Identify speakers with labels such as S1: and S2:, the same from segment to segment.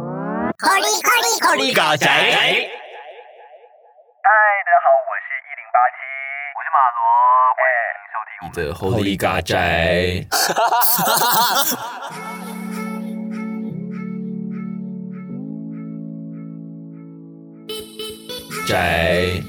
S1: コリコリコリ
S2: 搞谁？
S3: 嗨，大家好，我是一零八七，我是马罗，欢迎收听我
S4: 你
S3: 们
S4: 的 Holy 嘎宅，宅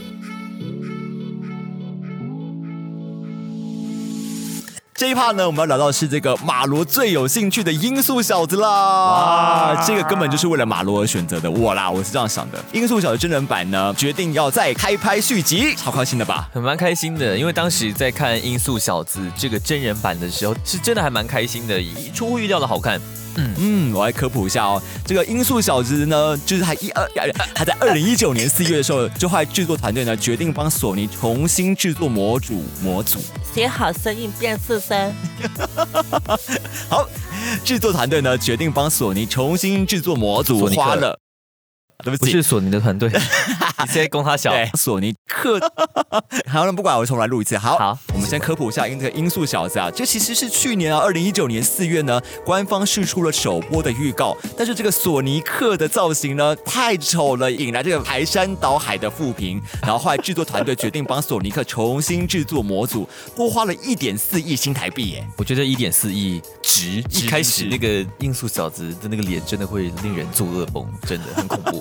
S2: 这一趴呢，我们要聊到的是这个马罗最有兴趣的音速小子啦。
S4: 啊
S2: 这个根本就是为了马罗而选择的我啦，我是这样想的。音速小子真人版呢，决定要再开拍续集，超开心的吧？
S4: 很蛮开心的，因为当时在看《音速小子》这个真人版的时候，是真的还蛮开心的，出乎意料的好看。
S2: 嗯，我来科普一下哦，这个音速小子呢，就是他一二，他在二零一九年四月的时候，就后来制作团队呢决定帮索尼重新制作模组模组。
S5: 写好声音变四声。
S2: 好，制作团队呢决定帮索尼重新制作模组，
S4: 索尼克
S2: 花了，啊对不
S4: 不
S2: 起，
S4: 是索尼的团队， 你在攻他小。
S2: 对，索尼克。 好，那不管，我重来录一次。好，
S4: 好
S2: 我们先科普一下这个《音速小子》啊，这其实是去年啊，二零一九年四月呢，官方试出了首播的预告，但是这个索尼克的造型呢太丑了，引来这个排山倒海的负评。然后后来制作团队决定帮索尼克重新制作模组，多花了一点四亿新台币耶。
S4: 我觉得一点四亿值，
S2: 值
S4: 一开始那个音速小子的那个脸真的会令人做噩梦，真的很恐 怖，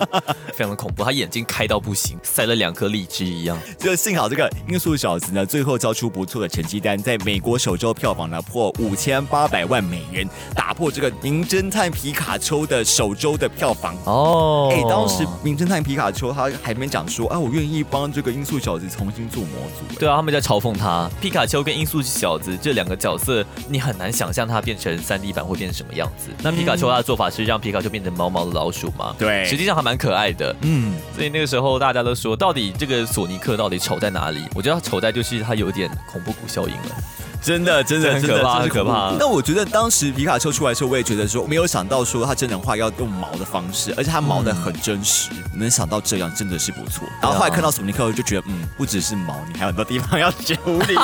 S4: 非常的恐怖。他眼睛开到不行，塞了两颗荔枝一样。
S2: 就幸好这个《音速小子》呢，最后交出不错的成绩单，在美国首周票房呢破五千八百万美元，打破这个《名侦探皮卡丘》的首周的票房。
S4: 哦
S2: 哎、当时《名侦探皮卡丘》他还没讲说啊，我愿意帮这个音速小子重新做模组。
S4: 对啊，他们在嘲讽他。皮卡丘跟音速小子这两个角色，你很难想象它变成三 D 版会变成什么样子。那皮嗯卡丘它的做法是让皮卡丘变成毛毛的老鼠嘛？
S2: 对
S4: 实际上还蛮可爱的。
S2: 嗯，
S4: 所以那个时候大家都说，到底这个索尼克到底丑在哪里？我觉得他丑在就是他有点恐怖谷效应了。
S2: 真的，真的，
S4: 这很
S2: 真的
S4: 可怕
S2: 这是
S4: 很可怕
S2: 恐怖那我觉得当时皮卡丘出来的时候，我也觉得说，没有想到说它真人化要用毛的方式，而且它毛的很真实，能想到这样真的是不错。然后后来看到索尼克，我就觉得，嗯，不只是毛，你还有很多地方要处理。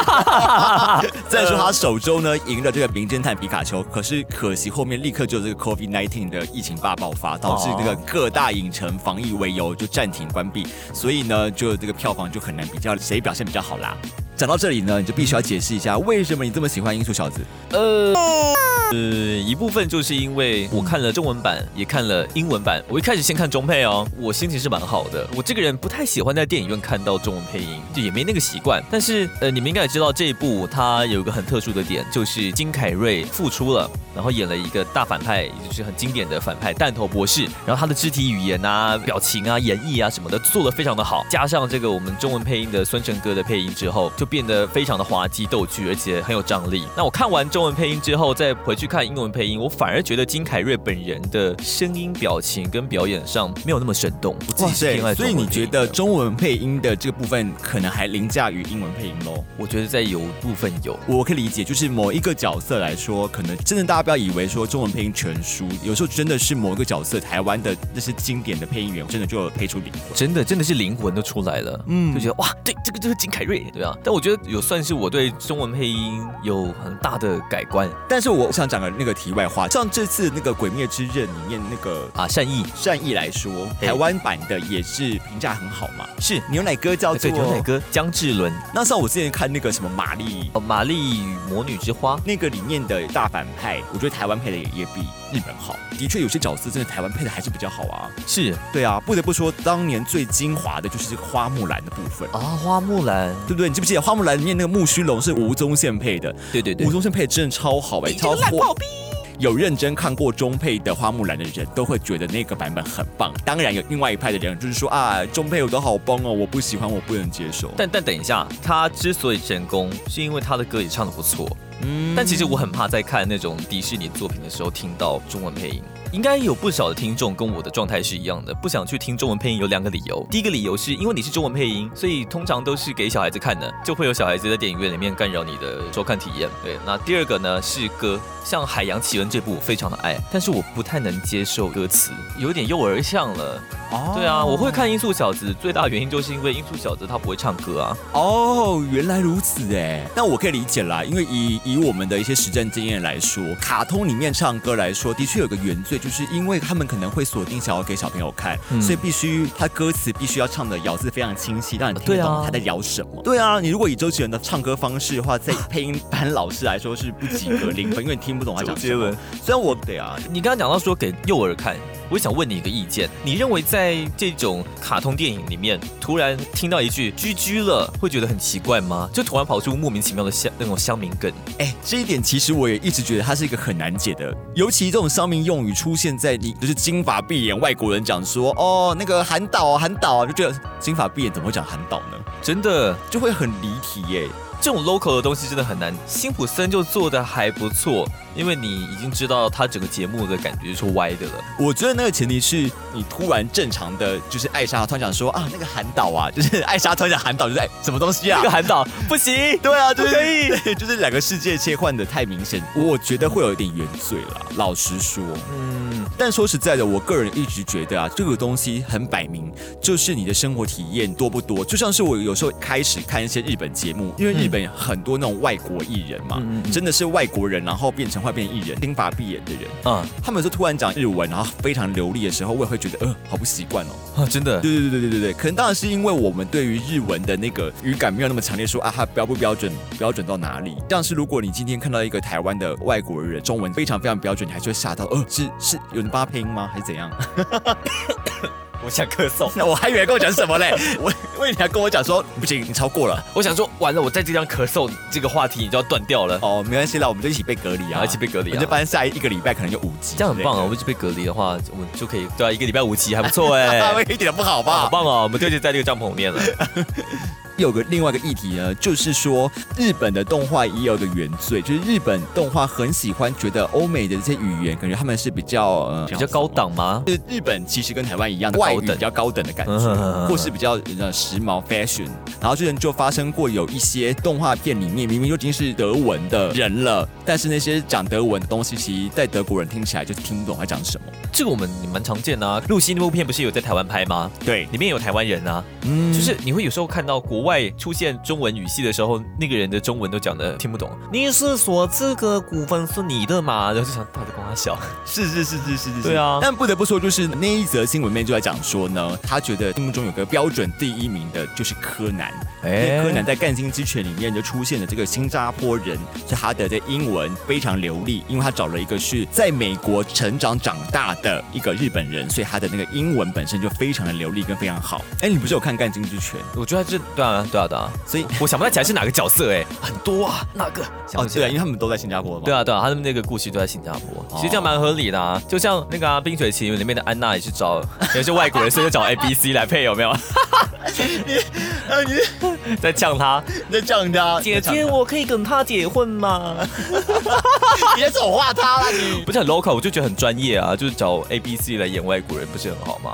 S2: 再说他首周呢赢了这个名侦探皮卡丘，可是可惜后面立刻就这个 COVID 1 9的疫情大爆发，导致这个各大影城防疫为由就暂停关闭，所以呢就这个票房就很难比较谁表现比较好啦。讲到这里呢，你就必须要解释一下为什么你这么喜欢《音速小子》。
S4: 呃，呃，一部分就是因为我看了中文版，也看了英文版。我一开始先看中配哦，我心情是蛮好的。我这个人不太喜欢在电影院看到中文配音，就也没那个习惯。但是呃，你们应该也知道这一部它有一个很特殊的点，就是金凯瑞复出了，然后演了一个大反派，也就是很经典的反派弹头博士。然后他的肢体语言啊、表情啊、演绎啊什么的做得非常的好，加上这个我们中文配音的孙成哥的配音之后，就变得非常的滑稽逗趣，而且很有张力。那我看完中文配音之后，再回去看英文配音，我反而觉得金凯瑞本人的声音、表情跟表演上没有那么生动。我自己是偏爱
S2: 所以
S4: 中文
S2: 你
S4: 配
S2: 觉
S4: 音
S2: 得
S4: 的
S2: 中文配音的这个部分可能还凌驾于英文配音喽？
S4: 我觉得在有部分有。
S2: 我可以理解，就是某一个角色来说，可能真的大家不要以为说中文配音全输，有时候真的是某一个角色，台湾的那些经典的配音员，真的就配出灵魂。
S4: 真的真的是灵魂都出来了，嗯，
S2: 嗯
S4: 就觉得哇，对，这个就是金凯瑞，对啊。但我觉得有算是我对中文配音有很大的改观
S2: 但是我想讲个那个题外话，像这次那个《鬼灭之刃》里面那个
S4: 啊，善意
S2: 善意来说，
S4: 对
S2: 台湾版的也是评价很好嘛，是牛奶哥叫
S4: 啊
S2: 做
S4: 对牛奶。哥江志伦，
S2: 那像我之前看那个什么玛丽。
S4: 哦，玛丽与魔女之花，
S2: 那个里面的大反派，我觉得台湾配的也也比日本好。的确，有些角色真的台湾配的还是比较好啊。
S4: 是
S2: 对啊，不得不说，当年最精华的就是这个花木兰的部分，
S4: 啊，花木兰，
S2: 对不对？你记不记得花木兰里面那个木须龙是吴宗宪配的？
S4: 对对对
S2: 吴，宗宪配的真的超好哎、超火。有认真看过中配的花木兰的人都会觉得那个版本很棒。当然，有另外一派的人就是说啊，中配我都好崩哦，我不喜欢，我不能接受。
S4: 但但等一下，他之所以成功，是因为他的歌也唱的不错。
S2: 嗯
S4: 但其实我很怕在看那种迪士尼作品的时候听到中文配音。应该有不少的听众跟我的状态是一样的，不想去听中文配音有两个理由。第一个理由是因为你是中文配音，所以通常都是给小孩子看的，就会有小孩子在电影院里面干扰你的收看体验。对，那第二个呢是歌，像《海洋奇缘》这部我非常的爱，但是我不太能接受歌词，有点幼儿像了。
S2: 哦
S4: 对啊，我会看《音速小子》，最大原因就是因为《音速小子》他不会唱歌啊。
S2: 哦，原来如此哎，那我可以理解啦，因为以以我们的一些实战经验来说，卡通里面唱歌来说，的确有个原罪，就是因为他们可能会锁定想要给小朋友看，
S4: 嗯
S2: 所以必须他歌词必须要唱的咬字非常清晰，让你听
S4: 对
S2: 得
S4: 啊
S2: 懂他在聊什么。对啊，你如果以周杰伦的唱歌方式的话，在配音班老师来说是不及格零分，因为你听不懂他讲什么。虽然我对啊，
S4: 你刚刚讲到说给幼儿看，我想问你一个意见，你认为在这种卡通电影里面，突然听到一句“居居了”，会觉得很奇怪吗？就突然跑出莫名其妙的乡那种乡民梗，
S2: 哎、这一点其实我也一直觉得它是一个很难解的，尤其这种商民用语出现在你就是金发碧眼外国人讲说哦那个韩导啊韩导啊，就觉得金发碧眼怎么会讲韩导呢？
S4: 真的，
S2: 就会很离题耶、
S4: 这种 local 的东西真的很难。辛普森就做的还不错，因为你已经知道他整个节目的感觉就是歪的了。
S2: 我觉得那个前提是你突然正常的，就是艾莎突然讲说啊那个韩导啊，就是 艾莎突然讲韩导就是哎什么东西啊
S4: 这个？韩导不行，
S2: 对啊，就是
S4: 不可以
S2: 对就是两个世界切换的太明显，我觉得会有一点原罪了。老实说，
S4: 嗯，
S2: 但说实在的，我个人一直觉得啊，这个东西很摆明，就是你的生活体验多不多。就像是我有时候开始看一些日本节目，因为日本很多那种外国艺人嘛，
S4: 嗯嗯嗯嗯
S2: 真的是外国人，然后变成外边艺人，金发碧眼的人，
S4: 啊
S2: 他们有时候突然讲日文，然后非常流利的时候，我也会觉得，呃，好不习惯哦。
S4: 啊，真的，
S2: 对对对对对对，可能当然是因为我们对于日文的那个语感没有那么强烈说，啊它标不标准，标准到哪里？但是如果你今天看到一个台湾的外国人中文非常非常标准，你还是会吓到，呃，是是有人帮他配音吗？还是怎样？
S4: 我想咳嗽。
S2: 那我还以为跟我讲什么嘞？ 我我以为你还跟我讲说不行，你超过了。
S4: 我想说，完了，我在这张咳嗽这个话题你就要断掉了。
S2: 哦，没关系啦，我们就一起被隔离啊，
S4: 啊一起被隔离啊
S2: 我就发现下一个礼拜可能就五集，
S4: 这样很棒哦！我。们一直被隔离的话，我们就可以对啊，一个礼拜五集还不错
S2: 啊，
S4: 哎
S2: 一，点都不好吧？
S4: 好棒哦！我们就一直在这个帐篷里面了。
S2: 有个另外一个议题呢，就是说日本的动画也有个原罪，就是日本动画很喜欢觉得欧美的这些语言，感觉他们是比较呃
S4: 比较高档。呃吗？
S2: 就是日本其实跟台湾一样，
S4: 高
S2: 外
S4: 等
S2: 语比较高等的感
S4: 嗯哼哼
S2: 觉，
S4: 哼
S2: 或是比较呃时髦 fashion。然后之前就发生过有一些动画片里面明明就已经是德文的人了，但是那些讲德文的东西，其实在德国人听起来就听不懂他讲什么。
S4: 这个我们也蛮常见的啊。露西那部片不是有在台湾拍吗？
S2: 对，
S4: 里面有台湾人啊，
S2: 嗯
S4: 就是你会有时候看到国外出现中文语系的时候，那个人的中文都讲的听不懂。你是说这个股份是你的嘛？然后就想到底跟他笑。
S2: 是是是是是是，
S4: 对啊
S2: 但不得不说，就是那一则新闻里面就在讲说呢，他觉得心目中有个标准第一名的就是柯南，因为柯南在《干星之拳》里面就出现了这个新加坡人，是他的这英文非常流利，因为他找了一个是在美国成长长大的一个日本人，所以他的那个英文本身就非常的流利跟非常好。哎，你不是有看《干星之拳》？
S4: 我觉得这对啊对啊对啊，
S2: 所以
S4: 我想不太起来是哪个角色哎，很多啊，那个想
S2: 哦，
S4: 不起
S2: 对
S4: 来
S2: 啊，因为他们都在新加坡嘛。
S4: 对啊，对啊，他们那个故事都在新加坡，其实这样蛮合理的啊。就像那个、啊《冰雪奇缘》里面的安娜也是找，也是外国人，所以就找 A B C 来配，有没有？呃
S2: 啊，你
S4: 在呛他，
S2: 在讲他，
S4: 我可以跟他结婚吗？
S2: 别丑化他啦你。
S4: 不是很 local，我就觉得很专业啊，就是找 A B C 来演外国人，不是很好 吗？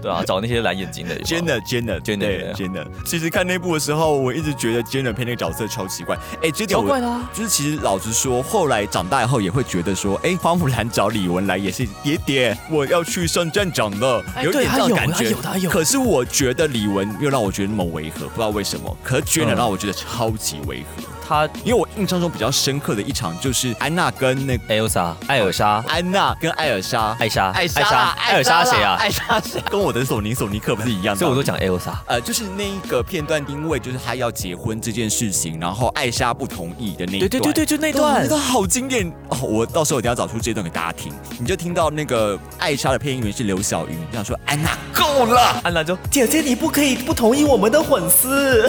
S4: 对啊，找那些蓝眼睛的人。
S2: 真的，真的，真
S4: Jenna，
S2: 的，
S4: 对
S2: 真的。其实看那部的时候，我一直觉得 Jenna 配那个角色超奇怪。哎，这点
S4: 超
S2: 我
S4: 怪的啊
S2: 就是其实老实说，后来长大以后也会觉得说，哎，花木兰找李文来也是爹爹，我要去上战场了，有
S4: 对
S2: 点这
S4: 他
S2: 样
S4: 有
S2: 感
S4: 他
S2: 觉。
S4: 有他有
S2: 可是我觉得李文又让我觉得那么违和，不知道为什么。可是 Jenna
S4: 嗯
S2: 让我觉得超级违和，
S4: 他
S2: 因为我印象中比较深刻的一场就是安娜跟那个
S4: Elsa 艾尔莎
S2: 安娜跟艾尔莎，
S4: 艾莎
S2: 艾
S4: 艾
S2: 莎
S4: 莎
S2: 啦，
S4: 艾尔莎谁啊
S2: 艾莎谁？跟我的索尼索尼克不是一样的？
S4: 所以我都讲 Elsa。
S2: 呃，就是那一个片段，因为就是他要结婚这件事情，然后艾莎不同意的那一
S4: 对
S2: 段。
S4: 对对对，就那
S2: 哇
S4: 段
S2: 那。段好经典哦！我到时候一定要找出这段给大家听。你就听到那个艾莎的配音员是刘晓云，这样说：“安娜，够了，
S4: 安娜就
S5: 姐姐，你不可以不同意我们的混丝。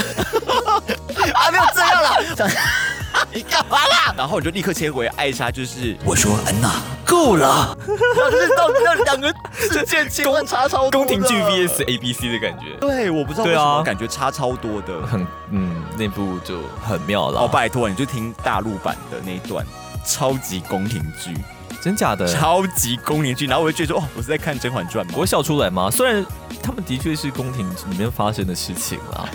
S2: 啊，没有这样了，你干嘛啦？”然后我就立刻切回艾莎，就是我说：“安娜，够了。”然后就是到那两个之间切换差超多的
S4: 宫廷剧 VS A B C 的感觉，
S2: 对，我不知道为
S4: 对
S2: 什
S4: 啊
S2: 么感觉差超多的。
S4: 很嗯，那部就很妙了。
S2: 哦，拜托，你就听大陆版的那一段，超级宫廷剧，
S4: 真假的？
S2: 超级宫廷剧。然后我就觉得说，哦，我是在看《甄嬛传》
S4: 不
S2: 吗？
S4: 会笑出来吗？虽然他们的确是宫廷里面发生的事情啦，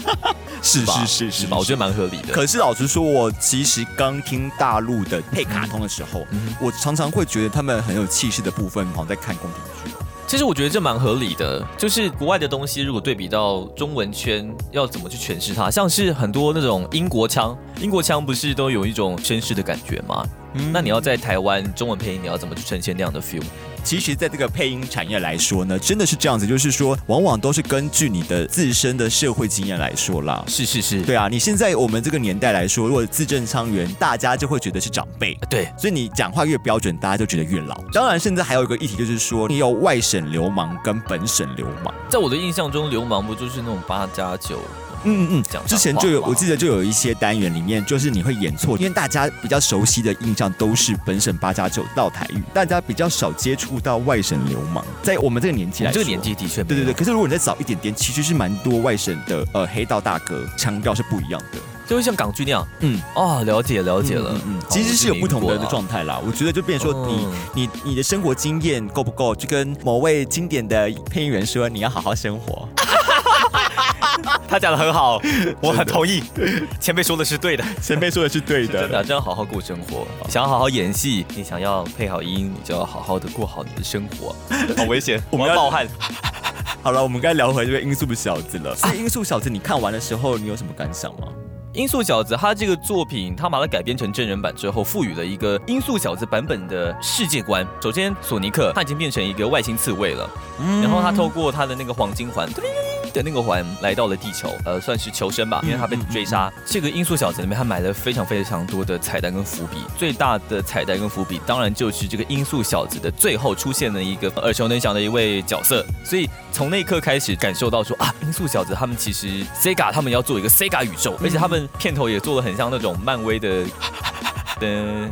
S2: 是
S4: 吧
S2: 是是是
S4: 吧？我觉得蛮合理的。
S2: 可是老实说，我其实刚听大陆的配卡通的时候，
S4: 嗯
S2: 我常常会觉得他们很有气势的部分，好像在看宫廷剧。
S4: 其实我觉得这蛮合理的，就是国外的东西如果对比到中文圈，要怎么去诠释它？像是很多那种英国腔，英国腔不是都
S2: 嗯
S4: 有一种绅士的感觉吗？那你要在台湾中文配音，你要怎么去呈现那样的 feel？
S2: 其实，在这个配音产业来说呢，真的是这样子，就是说，往往都是根据你的自身的社会经验来说啦。
S4: 是是是，
S2: 对啊，你现在我们这个年代来说，如果字正腔圆，大家就会觉得是长辈。
S4: 对，
S2: 所以你讲话越标准，大家就觉得越老。当然，现在还有一个议题就是说，你有外省流氓跟本省流氓。
S4: 在我的印象中，流氓不就是那种八加九？
S2: 嗯嗯
S4: 讲
S2: 嗯，之前就有，
S4: 脏话吗
S2: 我记得就有一些单元里面，就是你会演错，因为大家比较熟悉的印象都是本省八加九到台语，大家比较少接触到外省流氓。在我们这个年纪
S4: 我们
S2: 来说，
S4: 这个年纪的确没
S2: 对
S4: 有
S2: 对对，，可是如果你再早一点点，其实是蛮多外省的呃黑道大哥腔调是不一样的。
S4: 就会像港剧那样。
S2: 嗯，
S4: 哦，了解了解了，嗯好
S2: 其实是有不同
S4: 我
S2: 的
S4: 是没遇过啊
S2: 状态啦。我觉得就变成说你、
S4: 嗯
S2: 你你的生活经验够不够，就跟某位经典的配音员说，你要好好生 活。
S4: 他讲的很好，我很同意，前辈说的是对的。
S2: 前辈说的是对
S4: 真的，真要好好过生活。想要好好演戏，你想要配好音，你就要好好的过好你的生活。好危险， 我
S2: 们
S4: 要
S2: 要
S4: 冒汗。
S2: 好了，我们该聊回这个《音速小子》 了。所以《音速小子》，你看完的时候，你有什么感想吗？
S4: 《音速小子》他这个作品，他把它改编成真人版之后，赋予了一个《音速小子》版本的世界观。首先，索尼克他已经变成一个外星刺猬了，然后他透过他的那个黄金环。的那个环来到了地球，呃，算是求生吧，因为他被追杀。这个《音速小子》里面，他埋了非常非常多的彩蛋跟伏笔。最大的彩蛋跟伏笔，当然就是这个《音速小子》的最后出现了一个 呃耳熟能详的一位角色。所以从那一刻开始，感受到说啊，《音速小子》他们其实 Sega 他们要做一个 Sega 宇宙，而且他们片头也做的很像那种漫威的。的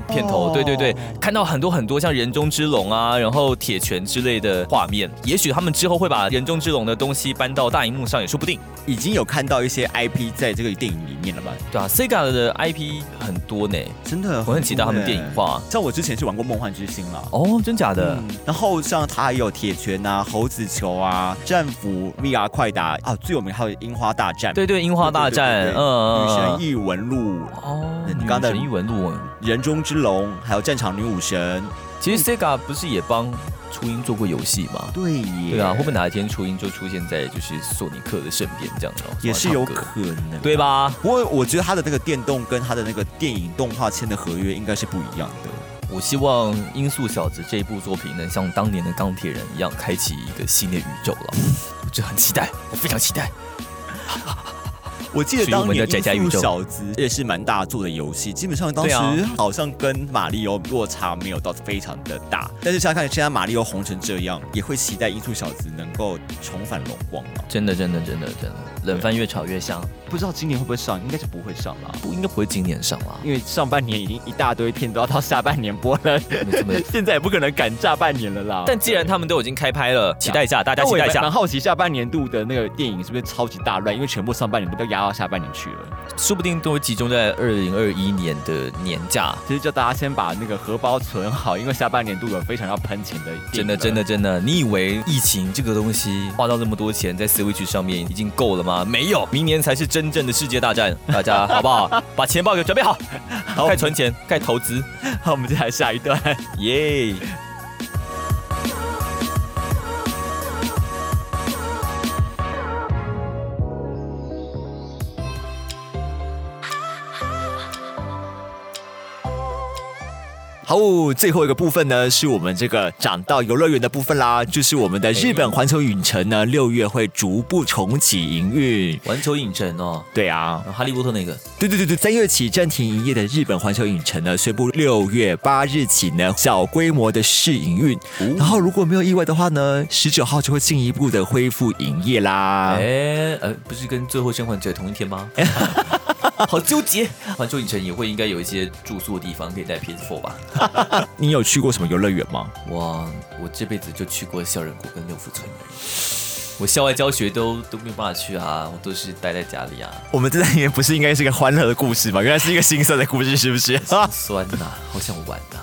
S4: 片头，对对对，
S2: 哦
S4: 看到很多很多像人中之龙啊，然后铁拳之类的画面，也许他们之后会把人中之龙的东西搬到大荧幕上也说不定。
S2: 已经有看到一些 IP 在这个电影里面了吧？
S4: 对啊，Sega 的 IP 很多呢。
S2: 真的，欸
S4: 我很期待他们电影化。
S2: 像我之前是玩过《梦幻之星》啦。
S4: 哦，真假的？
S2: 嗯，然后像它还有铁拳啊、猴子球啊、战斧、VR 快打啊，最有名还有樱花大战，
S4: 对对，樱花大战，
S2: 对对对
S4: 嗯
S2: 对女
S4: 嗯
S2: 神
S4: 嗯。
S2: 异闻录、
S4: 哦，
S2: 你
S4: 女
S2: 刚才
S4: 神异闻录。啊
S2: 人中之龙，还有战场女武神。
S4: 其实 Sega 不是也帮初音做过游戏吗？
S2: 对耶，
S4: 对啊，会不会哪一天初音就出现在就是索尼克的身边这样子？
S2: 也是有
S4: 唱歌
S2: 可能，
S4: 对？吧？
S2: 不过我觉得它的那个电动跟它的那个电影动画签的合约应该是不一样的。
S4: 我希望《音速小子》这一部作品能像当年的钢铁人一样，开启一个新的宇宙了。我这很期待，我非常期待。
S2: 我记得
S4: 属于我
S2: 当
S4: 们的
S2: 年
S4: 宅家
S2: 《
S4: 宇
S2: 音
S4: 宙
S2: 速小子》也是蛮大做的游戏，基本上当
S4: 对
S2: 时
S4: 啊
S2: 好像跟马里奥落差没有到非常的大，但是想想看现在马里奥红成这样，也会期待《音速小子》能够重返荣光嘛？
S4: 真的，真的，真的，真的，冷饭越炒越香，
S2: 不知道今年会不会上，应该是不会上啦。。
S4: 不应该不会今年上啊啦
S2: 因为上半年已经一大堆片都要到下半年播了，
S4: 没这么
S2: 现在也不可能赶下半年了啦。
S4: 但既然他们都已经开拍了，期待一下，大家
S2: 但
S4: 期
S2: 我
S4: 待一
S2: 也蛮
S4: 下，
S2: 好奇下半年度的那个电影是不是超级大乱，因为全部上半年都压到下半年去了。
S4: 说不定都会集中在二零二一年的年假。
S2: 其实叫大家先把那个荷包存好，因为下半年度有非常要喷钱的。
S4: 真的，真的，，真的，你以为疫情这个东西花到那么多钱在 Switch 上面已经够了吗？没有，明年才是真正的世界大战，大家好不 好？把钱包给准备好，
S2: 好
S4: 该存钱，该投资，
S2: 好，我们接下来下一段。
S4: 耶、
S2: 好，最后一个部分呢，是我们这个长到游乐园的部分啦，就是我们的日本环球影城呢，六月会逐步重启营运。
S4: 环球影城哦，
S2: 对啊，
S4: 哈利波特那个，
S2: 对对对对，三月起暂停营业的日本环球影城呢，宣布六月八日起呢小规模的试营运，然后如果没有意外的话呢，十九号就会进一步的恢复营业啦。
S4: 哎、呃，不是跟《最后生还者》同一天 吗？好纠结，环球影城也会应该有一些住宿的地方可以带 PS4 吧？
S2: 你有去过什么游乐园吗？
S4: 哇，我这辈子就去过校人谷跟六福村而已。我校外教学都都没有办法去啊，我都是待在家里啊，
S2: 我们这单元不是应该是一个欢乐的故事吗？原来是一个心酸的故事，是不是？
S4: 好酸呐、好想玩呐、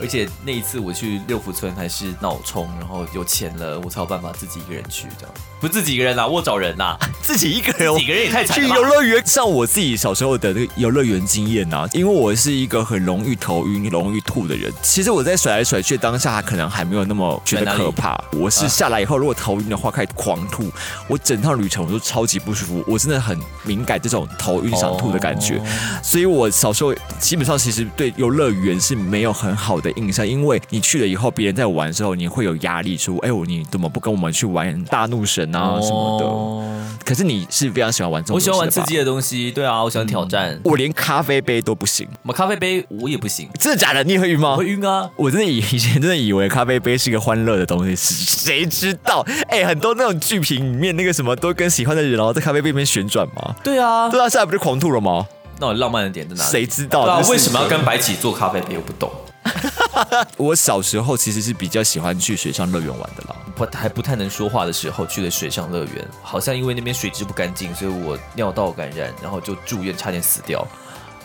S4: 而且那一次我去六福村还是脑充，然后有钱了，我才有办法自己一个人去的，不是自己一个人啦、我找人啦、
S2: 自己一个人，
S4: 自己一个人也太惨
S2: 去
S4: 了吧
S2: 游乐园，像我自己小时候的那个游乐园经验啊，因为我是一个很容易头晕、容易吐的人。其实我在甩来甩去的当下，可能还没有那么觉得可
S4: 嗯
S2: 怕。我是下来以后，如果头晕的话，开始狂吐，我整趟旅程我都超级不舒服。我真的很敏感这种头晕想吐的感觉，
S4: 哦
S2: 所以我小时候基本上其实对游乐园是没有很好的的印象，因为你去了以后，别人在玩的时候，你会有压力，说，哎呦，你怎么不跟我们去玩大怒神啊什么的？
S4: 哦
S2: 可是你是非常喜欢玩这种，
S4: 我喜欢玩刺激，的东西，对啊，我喜欢挑战。
S2: 我连咖啡杯都不行，
S4: 我咖啡杯我也不行，
S2: 真的假的？你也会晕吗
S4: 我？会晕啊。
S2: 我真的以以前真的以为咖啡杯是一个欢乐的东西，谁知道？哎、很多那种剧评里面那个什么都跟喜欢的人，然后在咖啡杯里面旋转嘛。
S4: 对啊，
S2: 对啊，现在不是狂吐了吗？
S4: 那我浪漫的点在哪里？
S2: 谁知道？
S4: 对啊
S2: 这，是
S4: 为什么要跟白起做咖啡杯？我不懂，
S2: 我小时候其实是比较喜欢去水上乐园玩的啦。
S4: 不还不太能说话的时候去了水上乐园，好像因为那边水质不干净，所以我尿道感染，然后就住院，差点死掉。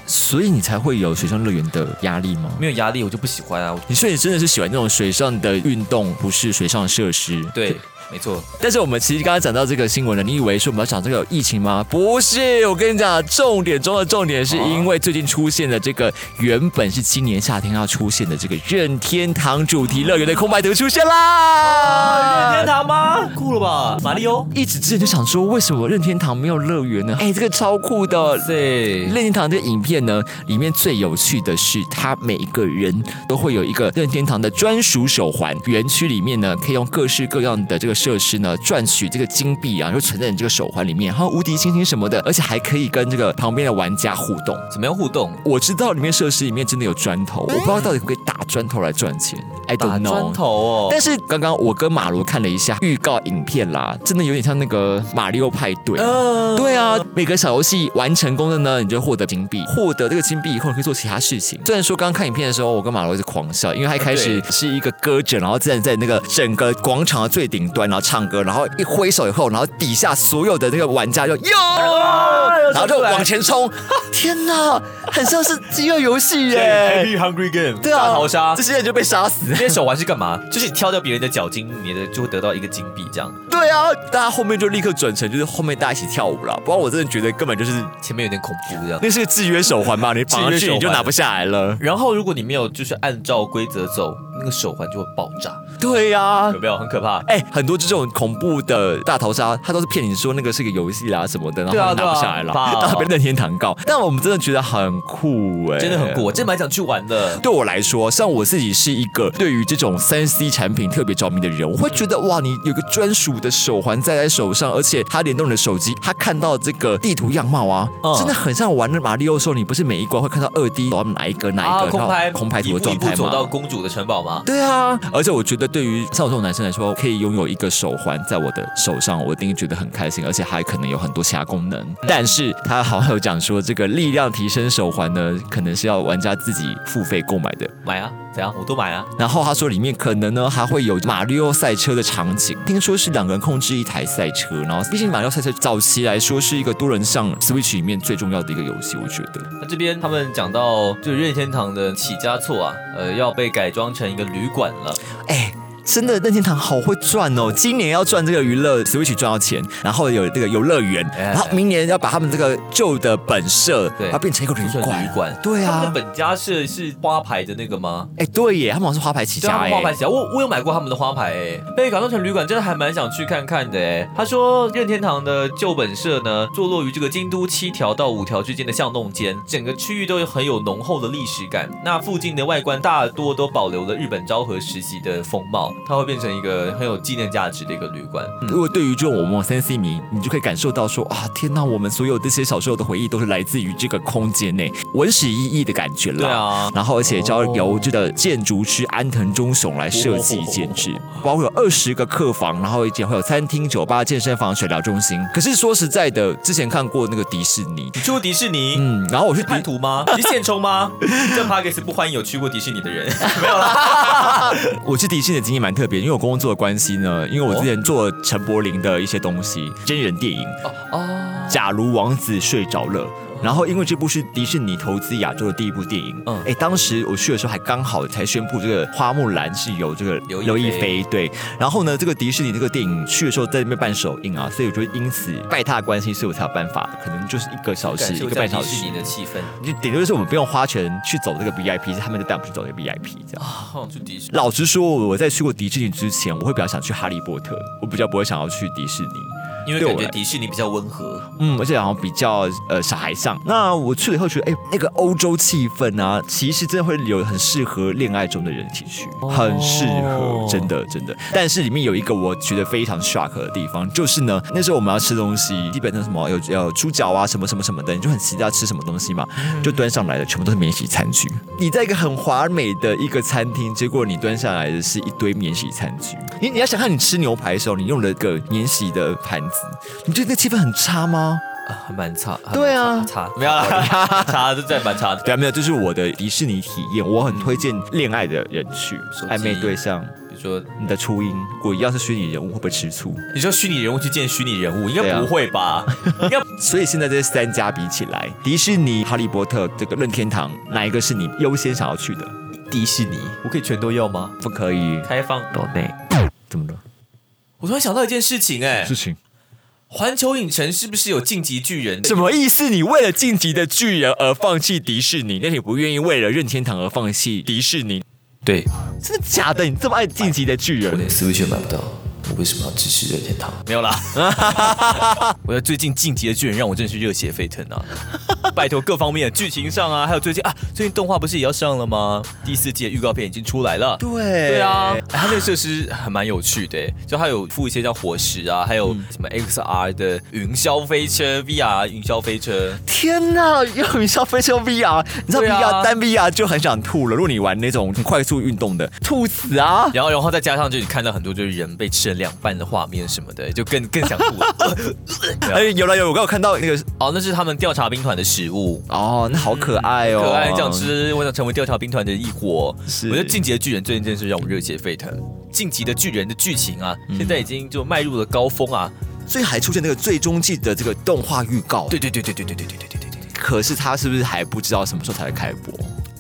S2: 所以你才会有水上乐园的压力吗？
S4: 没有压力我就 不喜欢啊。我
S2: 你说你真的是喜欢那种水上的运动，不是水上设施？
S4: 对，没错，
S2: 但是我们其实刚刚讲到这个新闻了，你以为说我们要讲这个有疫情吗？不是，我跟你讲，重点中的重点是因为最近出现了这个原本是今年夏天要出现的这个任天堂主题乐园的空白图出现啦。
S5: 哦天堂吗？酷了吧，马里奥！
S2: 一直之前就想说，为什么任天堂没有乐园呢？哎，这个超酷的。
S4: 对
S2: 任天堂这个影片呢，里面最有趣的是，它每一个人都会有一个任天堂的专属手环。园区里面呢，可以用各式各样的这个设施呢，赚取这个金币啊，就存在你这个手环里面，还有无敌星星什么的，而且还可以跟这个旁边的玩家互动。
S4: 怎么样互动？
S2: 我知道里面设施里面真的有砖头，我不知道到底可不可以打砖头来赚钱。I
S4: 打
S2: don't
S4: 砖
S2: know。
S4: 头哦。
S2: 但是刚刚我跟马罗看了一下预告影片啦，真的有点像那个马里奥派对。
S4: 呃
S2: 对啊，每个小游戏完成功的呢，你就获得金币。获得这个金币以后，你可以做其他事情。虽然说刚刚看影片的时候，我跟马罗一直狂笑，因为他一开始是一个歌者，然后站在那个整个广场的最顶端，然后唱歌，然后一挥手以后，然后底下所有的那个玩家就哟，
S4: 啊
S2: 然后就往前 冲。天哪，很像是饥饿游戏耶！
S4: Hungry Game，
S2: 对
S4: 大
S2: 啊，
S4: 逃杀
S2: 这。些人就被杀死。
S4: 这些手环是干嘛？就是你挑掉别人的脚筋，你的就会得到一个金币，这样。
S2: 对啊，大家后面就立刻转成就是后面大家一起跳舞了，不然我真的觉得根本就是
S4: 前面有点恐怖这样。
S2: 那是个制约手环 嘛，你绑上
S4: 制约
S2: 去
S4: 手环
S2: 你就拿不下来了。
S4: 然后如果你没有就是按照规则走，那个手环就会爆炸，
S2: 对呀、
S4: 有没有？很可怕。
S2: 哎、很多这种恐怖的大逃杀，他都是骗你说那个是个游戏啦什么的，然
S4: 对啊
S2: 后你拿不下来了，
S4: 对 啊
S2: 然后被任天堂告。但我们真的觉得很酷哎、
S4: 真的很酷，。我真蛮想去玩的。
S2: 对我来说，像我自己是一个对于这种三 C 产品特别着迷的人，我会觉得哇，你有个专属的手环戴在手上，而且它联动你的手机，它看到这个地图样貌啊，
S4: 嗯
S2: 真的很像玩马里奥的时候，你不是每一关会看到二 D 走到哪一格哪一
S4: 啊
S2: 格，
S4: 空拍
S2: 然后空拍
S4: 一
S2: 图
S4: 步
S2: 的
S4: 一
S2: 状
S4: 步
S2: 态
S4: 走到
S2: 吗？
S4: 公主的城堡吗？
S2: 对啊，而且我觉得对于像我这种男生来说，可以拥有一个手环在我的手上，我一定觉得很开心，而且还可能有很多其他功能。但是他好像有讲说，这个力量提升手环呢，可能是要玩家自己付费购买的。
S4: 买啊，怎样？我都买啊。
S2: 然后他说里面可能呢还会有马里奥赛车的场景，听说是两个人控制一台赛车，然后毕竟马里奥赛车早期来说是一个多人向 Switch 里面最重要的一个游戏，我觉得。
S4: 那这边他们讲到，就是任天堂的起家厝啊，呃，要被改装成一个旅馆了。
S2: 哎。真的任天堂好会赚哦！今年要赚这个娱乐 Switch 赚到钱，然后有这个游乐园，
S4: 哎
S2: 然后明年要把他们这个旧的本社，
S4: 对
S2: 要变成一个旅
S4: 就是
S2: 馆。
S4: 旅馆。
S2: 对
S4: 他们
S2: 啊
S4: 的，本家是是花牌的那个吗？
S2: 哎、对耶，他们好像是花牌起
S4: 对，啊
S2: 家
S4: 他们
S2: 哎
S4: 花，牌起来，我我有买过他们的花牌哎，被改装成旅馆，真的还蛮想去看看的哎。他说任天堂的旧本社呢，坐落于这个京都七条到五条之间的巷弄间，整个区域都有很有浓厚的历史感。那附近的外观大多都保留了日本昭和时期的风貌，它会变成一个很有纪念价值的一个旅馆。
S2: 如果对于这种我们三 C 迷，你就可以感受到说啊，天哪，我们所有这些小时候的回忆都是来自于这个空间内，文史意义的感觉啦。
S4: 对啊，
S2: 然后而且交由这个建筑师安藤忠雄来设计建制，
S4: 哦
S2: 包括有二十个客房，然后以及会有餐厅、酒吧、健身房、水疗中心。可是说实在的，之前看过那个迪士尼。
S4: 你去过迪士尼？
S2: 嗯，然后我去迪
S4: 叛徒吗？你是现充吗？这 p a r k e s 不欢迎有去过迪士尼的人。
S2: 我去迪士尼的经验蛮特别，因为我工作的关系呢，因为我之前做陈柏霖的一些东西，真人电影
S4: 哦，
S2: 假如王子睡着了。然后，因为这部是迪士尼投资亚洲的第一部电影，
S4: 嗯
S2: 嗯，哎，当时我去的时候还刚好才宣布这个花木兰是由这个
S4: 刘亦
S2: 亦
S4: 菲
S2: 菲对，然后呢，这个迪士尼这个电影去的时候在那边办首映啊，所以我觉得因此拜他的关系，所以我才有办法，可能就是一个小时
S4: 感
S2: 一
S4: 受一
S2: 个
S4: 下
S2: 半小
S4: 迪
S2: 时
S4: 士，尼的气氛。
S2: 就顶多就是我们不用花钱去走这个 VIP，是他们就带我们去走这个 VIP 这样。
S4: 好哦想去迪士尼。
S2: 老实说，我在去过迪士尼之前，我会比较想去哈利波特，我比较不会想要去迪士尼。
S4: 因为
S2: 对
S4: 感
S2: 我
S4: 觉
S2: 来
S4: 迪士尼比较温和。
S2: 嗯，而且好像比较呃小孩像。那我去了以后觉得，哎、那个欧洲气氛啊，其实真的会有很适合恋爱中的人一起去，很适合，真的真的。但是里面有一个我觉得非常 shock 的地方，就是呢，那时候我们要吃东西，基本上什么有有猪脚啊，什么什么什么的，你就很期待吃什么东西嘛，就端上来的全部都是免洗餐具。你在一个很华美的一个餐厅，结果你端上来的是一堆免洗餐具。你你要想看你吃牛排的时候，你用了个免洗的盘子，你觉得那气氛很差吗？
S4: 啊，还蛮差，还蛮
S2: 对啊
S4: 差差没有啦， 差就在蛮差的。
S2: 对啊，没有，这是我的迪士尼体验，我很推荐恋爱的人去，
S4: 手机
S2: 暧昧对象，
S4: 比如说，
S2: 你的初音，果要是虚拟人物会不会吃醋？
S4: 你说虚拟人物去见虚拟人物，应
S2: 对啊
S4: 该不会吧？应该
S2: 所以现在这三家比起来，迪士尼、哈利波特、这个任天堂，哪一个是你优先想要去的？
S4: 迪士尼，我可以全都要吗？
S2: 不可以，
S4: 开放岛内。
S2: 怎么了？
S4: 我突然想到一件事情、哎，
S2: 情
S4: 环球影城是不是有晋级巨人的？
S2: 什么意思？你为了晋级的巨人而放弃迪士尼，那你不愿意为了任天堂而放弃迪士尼？
S4: 对，
S2: 真的假的？你这么爱晋级的巨人？
S4: Switch 也买不到，我为什么要支持任天堂？没有 啦，我的最近《进击的巨人》让我真的是热血沸腾啊！ 拜托各方面剧情上啊，还有最近啊，最近动画不是也要上了吗？第四季的预告片已经出来了。
S2: 对
S4: 对啊，哎它那个设施还蛮有趣的，欸就它有附一些像火石啊，还有什么 XR 的云霄飞车、VR 云霄飞车，
S2: 天呐，要你消费修 VR，你知道
S4: 对
S2: VR、
S4: 啊
S2: 单 VR 就很想吐了。如果你玩那种很快速运动的，吐死啊！
S4: 然后然后再加上就是你看到很多就是人被吃成两半的画面什么的，就更更想吐 了。
S2: 哎，有了有了，我刚有看到那个，
S4: 哦，那是他们调查兵团的食物。
S2: 哦，那好可爱哦，
S4: 可爱这样。吃，我想成为调查兵团的一伙。
S2: 是
S4: 我觉得《进击的巨人》最近真的是让我热血沸腾，《进击的巨人》的剧情啊，
S2: 嗯
S4: 现在已经就迈入了高峰啊！
S2: 所以还出现那个最终季的这个动画预告，
S4: 对对对对对对对对对对对对
S2: 可是他是不是还不知道什么时候才会开播？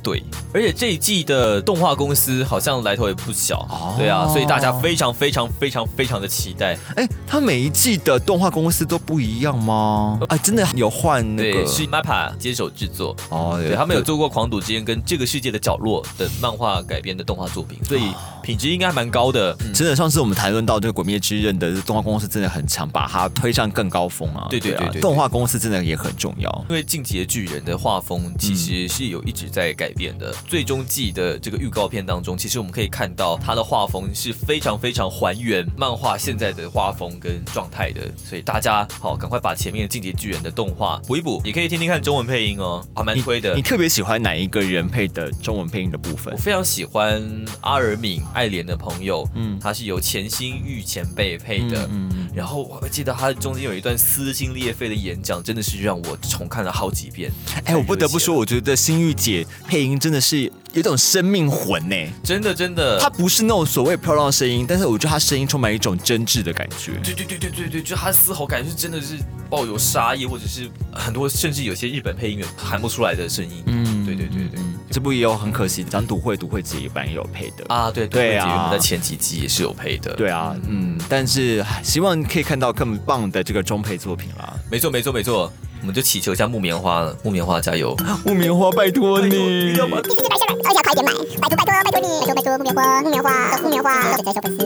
S4: 对，而且这一季的动画公司好像来头也不小，
S2: 哦
S4: 对啊，所以大家非常非常非常非常的期待。
S2: 哎，他每一季的动画公司都不一样吗？啊，真的有换那个
S4: 对，是 MAPPA 接手制作，
S2: 哦，
S4: 对他们有做过《狂赌之渊》跟《这个世界的角落》等漫画改编的动画作品，所
S2: 哦
S4: 以品质应该还蛮高的。嗯
S2: 真的，上次我们谈论到这个《鬼灭之刃》的动画公司真的很强，把它推上更高峰啊！
S4: 对对对
S2: 啊
S4: 对对
S2: 动画公司真的也很重要。
S4: 因为《进击的巨人》的画风
S2: 嗯
S4: 其实是有一直在改变的，最终季的这个预告片当中，其实我们可以看到它的画风是非常非常还原漫画现在的画风跟状态的，所以大家好，赶快把前面的《进击的巨人》的动画补一补，也可以听听看中文配音哦，还蛮推的
S2: 你。特别喜欢哪一个人配的中文配音的部分
S4: 我？非常喜欢阿尔敏爱莲的朋友，
S2: 嗯
S4: 嗯，他是由钱新玉前辈配的，
S2: 嗯嗯
S4: 然后我还记得他中间有一段撕心裂肺的演讲，真的是让我重看了好几遍。
S2: 哎、我不得不
S4: 太热血
S2: 说，
S4: 了，
S2: 我觉得心玉姐配音真的是有一种生命魂欸呢、
S4: 真的真的，
S2: 她不是那种所谓漂亮的声音，但是我觉得她声音充满一种真挚的感觉。
S4: 对对对对对对，就他嘶吼感是真的是抱有杀意，或者是很多甚至有些日本配音员喊不出来的声音。嗯，对对对对。
S2: 这部也有很可惜，咱赌会赌会姐也版也有配的。
S4: 啊，对
S2: 对啊
S4: 我们在前几集也是有配的。
S2: 对啊，嗯，但是唉希望可以看到更棒的这个中配作品啦。
S4: 没错没错没错，我们就祈求一下木棉花了，木棉花加油！
S2: 木棉花，拜托你，
S1: 而且要快点买，拜托拜托拜托你，拜托拜托木棉花木棉花木棉花，这首歌是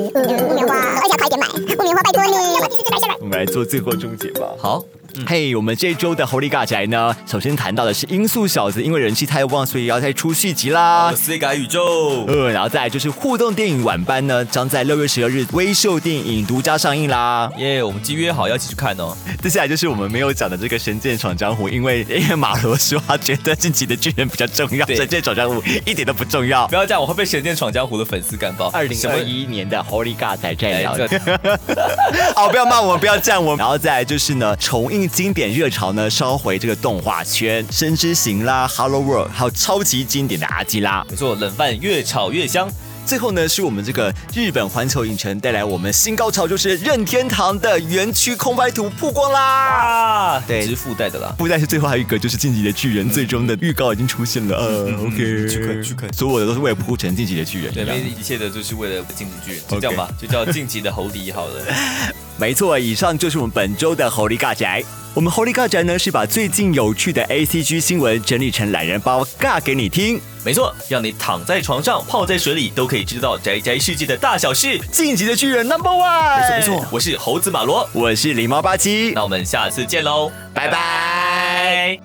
S1: 木棉花，而且要快点买，木棉花拜托你，
S2: 我们来做最后终结吧。
S4: 好，
S2: 嘿我们这周的猴力尬宅呢，首先谈到的是《音速小子》，因为人气太旺，所以要再出续集啦
S4: 我。是改宇宙。
S2: 呃，然后再来就是互动电影晚班呢，将在六月十二日微秀电影独家上映啦。
S4: 耶我们今约好要一起去看哦。
S2: 接下来就是我们没有讲的这个《神剑闯江湖》，因为因为马罗说他觉得晋级的巨人比较重要，《
S4: 对
S2: 神剑闯江湖》一点都不重要
S4: 不。要这样，我会被《神剑闯江湖》的粉丝干爆。
S2: 二零
S4: 什
S2: 二
S4: 么
S2: 一年的 Holy God 才在
S4: 哎
S2: 聊
S4: 这
S2: 好，哦不要骂我们，不要站我们。然后再来就是呢，重映经典热潮呢，烧回这个动画圈，《深之行》啦，《Hello World》，还有超级经典的《阿基拉》。
S4: 没错，冷饭越炒越香。
S2: 最后呢，是我们这个日本环球影城带来我们新高潮，就是任天堂的园区空拍图曝光啦。
S4: 啊，
S2: 对
S4: 只是附带的啦。
S2: 不但是最后还有一个就是《晋级的巨人》，最终的预告已经出现了。呃，OK，去看去看，所有的都是为了铺成《晋级的巨人》
S4: 对，
S2: 一样
S4: 没一切的就是为了晋级巨人，就这样吧就叫晋级的侯迪好了。
S2: 没错，以上就是我们本周的猴力尬宅。我们 Holy 尬宅呢是把最近有趣的 A C G 新闻整理成懒人包尬给你听。
S4: 没错，让你躺在床上、泡在水里都可以知道宅宅世界的大小事。
S2: 晋级的巨人 Number One，
S4: 没错，我是猴子马罗，
S2: 我是狸猫八七，
S4: 那我们下次见喽，
S2: 拜拜。